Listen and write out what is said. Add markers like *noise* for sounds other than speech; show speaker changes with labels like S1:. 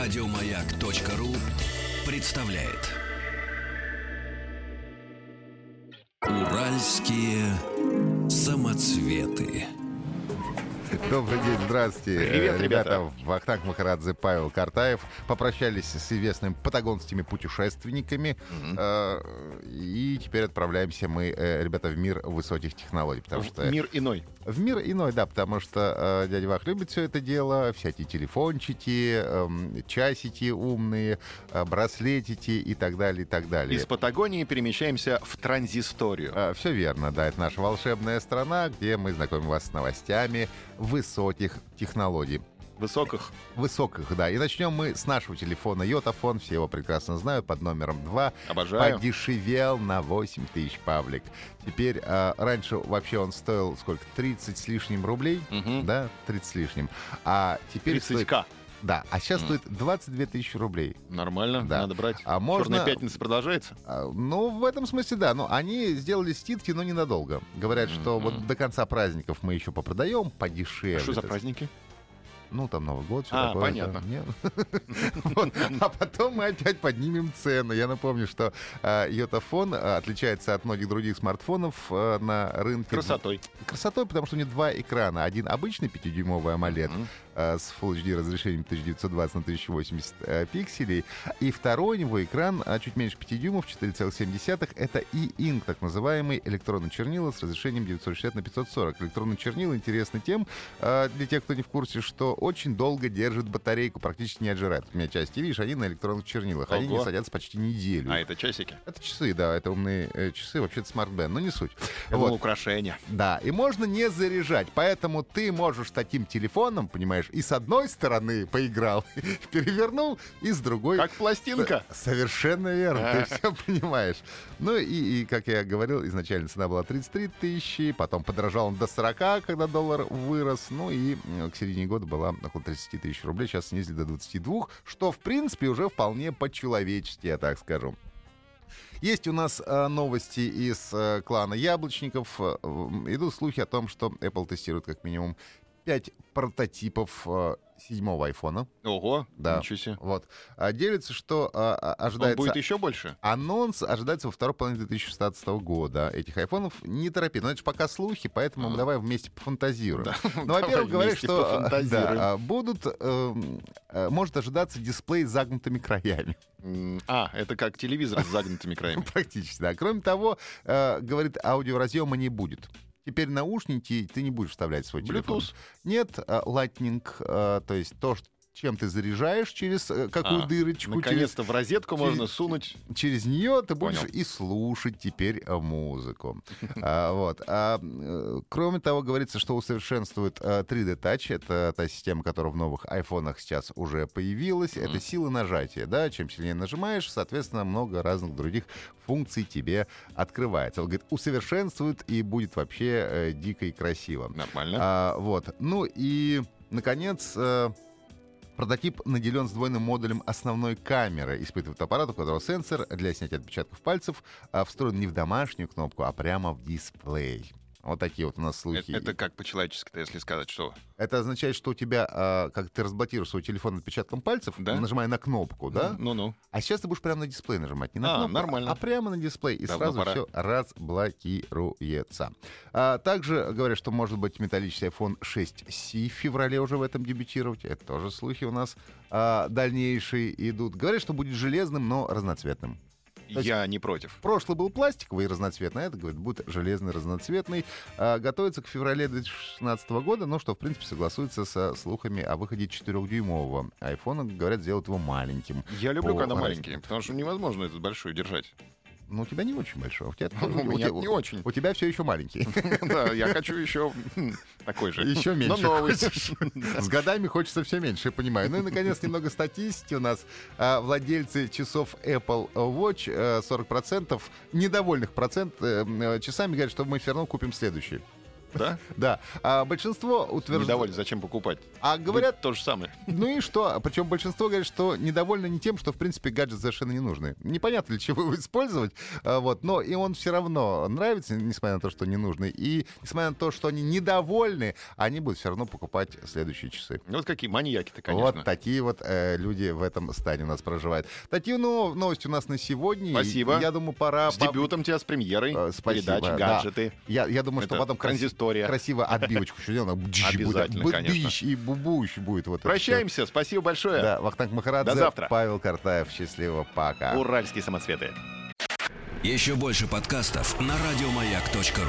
S1: Радиомаяк.ру представляет Уральские самоцветы.
S2: *laughs* Добрый день, здравствуйте.
S3: Привет,
S2: Э,
S3: ребята.
S2: Вахтанг Махарадзе, Павел Картаев. Попрощались с известными патагонскими путешественниками. Э, И теперь отправляемся мы, э, ребята, в мир высоких технологий. Потому что...
S3: Мир иной.
S2: В мир иной, да, потому что э, дядя Вах любит все это дело. Всякие телефончики, эм, часики умные, э, браслетики и так далее, и так далее.
S3: Из Патагонии перемещаемся в транзисторию.
S2: Все верно, да, это наша волшебная страна, где мы знакомим вас с новостями высоких технологий.
S3: Высоких.
S2: Высоких, да. И начнем мы с нашего телефона Йотафон, все его прекрасно знают, под номером 2.
S3: Обожаю.
S2: Подешевел на 8 тысяч паблик. Теперь, а, раньше вообще он стоил сколько, 30 с лишним рублей,
S3: Мгм.
S2: да, 30 с лишним. А теперь стоит-
S3: 30к.
S2: Да, а сейчас стоит 22 тысячи рублей.
S3: Нормально,
S2: Да.
S3: надо брать.
S2: А можно-
S3: Черная пятница продолжается?
S2: А, Ну, в этом смысле, да. Но они сделали скидки, но ненадолго. Говорят, что вот до конца праздников мы еще попродаем подешевле.
S3: А Что за
S2: так
S3: праздники?
S2: Ну, там Новый год, все
S3: А,
S2: такое.
S3: понятно.
S2: да. Нет. *laughs* Вот. А потом мы опять поднимем цены. Я напомню, что а, йотафон а, отличается от многих других смартфонов а, на рынке.
S3: Красотой. А,
S2: Красотой, потому что у него два экрана. Один обычный 5-дюймовый AMOLED
S3: Мгм.
S2: а, с Full HD разрешением 1920 на 1080 а, пикселей. И второй у него экран а, чуть меньше 5 дюймов, 4,7. Это e-ink, так называемый электронные чернила с разрешением 960 на 540. Электронные чернила интересны тем, а, для тех, кто не в курсе, что очень долго держит батарейку, практически не отжирает. У меня части, видишь, они на электронных чернилах. Они не
S3: Ого.
S2: садятся почти неделю.
S3: А это часики.
S2: Это часы, да, это умные э, часы, вообще-то смарт-бенд, но не суть.
S3: Это
S2: Вот.
S3: украшение.
S2: Да, и можно не заряжать. Поэтому ты можешь таким телефоном, понимаешь, и с одной стороны поиграл, *laughs* перевернул, и с другой...
S3: Как пластинка.
S2: Совершенно
S3: А.
S2: верно, ты все понимаешь. Ну и, и, как я говорил, изначально цена была 33 тысячи, потом подорожал он до 40, когда доллар вырос, ну и м, к середине года была около 30 тысяч рублей, сейчас снизили до 22, что, в принципе, уже вполне по-человечески, я так скажу. Есть у нас э, новости из э, клана яблочников. Э, м, идут слухи о том, что Apple тестирует как минимум 5 прототипов э, седьмого айфона.
S3: Ого,
S2: Да.
S3: ничего себе.
S2: Вот. А делится, что а, а,
S3: Он
S2: ожидается...
S3: будет еще больше?
S2: Анонс ожидается во второй половине 2016 года этих айфонов. Не торопи. Но это же пока слухи, поэтому
S3: А.
S2: давай вместе пофантазируем. *laughs* Ну,
S3: Давай
S2: во-первых, говорят,
S3: вместе
S2: что а,
S3: пофантазируем.
S2: да, а, будут, эм, э, может ожидаться дисплей с загнутыми краями. *laughs*
S3: М, А, это как телевизор с загнутыми краями.
S2: Практически, да. Кроме того, э, говорит, аудиоразъема не будет. Теперь наушники ты не будешь вставлять в свой телефон.
S3: Bluetooth.
S2: Нет, э, Lightning, э, то есть то, что- чем ты заряжаешь через э, какую
S3: А,
S2: дырочку, через
S3: Наконец-то в розетку
S2: через-
S3: можно сунуть.
S2: через нее ты будешь
S3: Понял.
S2: и слушать теперь э, музыку. *laughs* А, вот. А, э, кроме того, говорится, что усовершенствует э, 3D Touch. Это та система, которая в новых айфонах сейчас уже появилась. Это сила нажатия. Да? Чем сильнее нажимаешь, соответственно, много разных других функций тебе открывается. Он говорит, усовершенствует и будет вообще э, дико и красиво.
S3: Нормально. Э,
S2: А, вот. Ну и, наконец, э, прототип наделен сдвоенным модулем основной камеры. Испытывает аппарат, у которого сенсор для снятия отпечатков пальцев а, встроен не в домашнюю кнопку, а прямо в дисплей. Вот такие вот у нас
S3: Э-
S2: слухи.
S3: Это как по-человечески-то, если сказать, что
S2: Это означает, что у тебя, а, как ты разблокируешь свой телефон отпечатком пальцев,
S3: Да?
S2: нажимая на кнопку, да?
S3: Ну-ну.
S2: А сейчас ты будешь прямо на дисплей нажимать. Не на
S3: А,
S2: кнопку,
S3: нормально.
S2: А прямо на дисплей. И
S3: Давно
S2: сразу
S3: пора.
S2: все разблокируется. А, также говорят, что может быть металлический iPhone 6C в феврале уже в этом дебютировать. Это тоже слухи у нас а, дальнейшие идут. Говорят, что будет железным, но разноцветным. есть-
S3: Я не против.
S2: Прошлый был пластиковый и разноцветный, а это, говорит, будет железный разноцветный. А, готовится к феврале 2016 года, ну, что, в принципе, согласуется со слухами о выходе 4-дюймового айфона. Говорят, сделают его маленьким.
S3: Я люблю,
S2: По
S3: когда
S2: разным.
S3: маленькие, потому что невозможно этот
S2: *laughs*
S3: большой держать.
S2: Ну, у тебя не очень большого. ну, У тебя,
S3: *laughs* У меня
S2: тебя-
S3: не очень.
S2: У тебя все еще
S3: *laughs*
S2: маленький.
S3: Да, я хочу еще такой же.
S2: Еще
S3: Но
S2: меньше
S3: новый.
S2: хочешь. С годами хочется все меньше, я понимаю. Ну и, наконец, немного статистики у нас. А, Владельцы часов Apple Watch, э, 40% недовольных процент э, м, э, часами говорят, что мы все равно купим следующий.
S3: Да?
S2: Да. А большинство
S3: Недовольны,
S2: утверждают...
S3: зачем покупать?
S2: А говорят,
S3: то же самое.
S2: ну и что? Причем большинство говорит, что недовольны не тем, что, в принципе, гаджет совершенно не нужный. Непонятно, для чего его использовать, а, вот, но и он все равно нравится, несмотря на то, что не нужный. И несмотря на то, что они недовольны, они будут все равно покупать следующие часы.
S3: Ну, вот какие маньяки-то, конечно.
S2: Вот такие вот э, люди в этом стане у нас проживают. Такие ну, новости у нас на сегодня. И
S3: Спасибо.
S2: Я думаю, пора...
S3: С
S2: по-
S3: дебютом тебя, с премьерой,
S2: Э, спасибо,
S3: передачи,
S2: да.
S3: гаджеты.
S2: Я, я думаю, что
S3: Это
S2: потом красиво...
S3: транзистория.
S2: красиво отбивочку еще сделано.
S3: Обязательно, конечно.
S2: И бубущ будет вот это
S3: Прощаемся, спасибо
S2: всё.
S3: большое.
S2: Да, Вахтанг Махарадзе,
S3: До завтра.
S2: Павел Картаев. Счастливо, пока.
S3: Уральские самоцветы.
S1: Еще больше подкастов на радиомаяк.ру.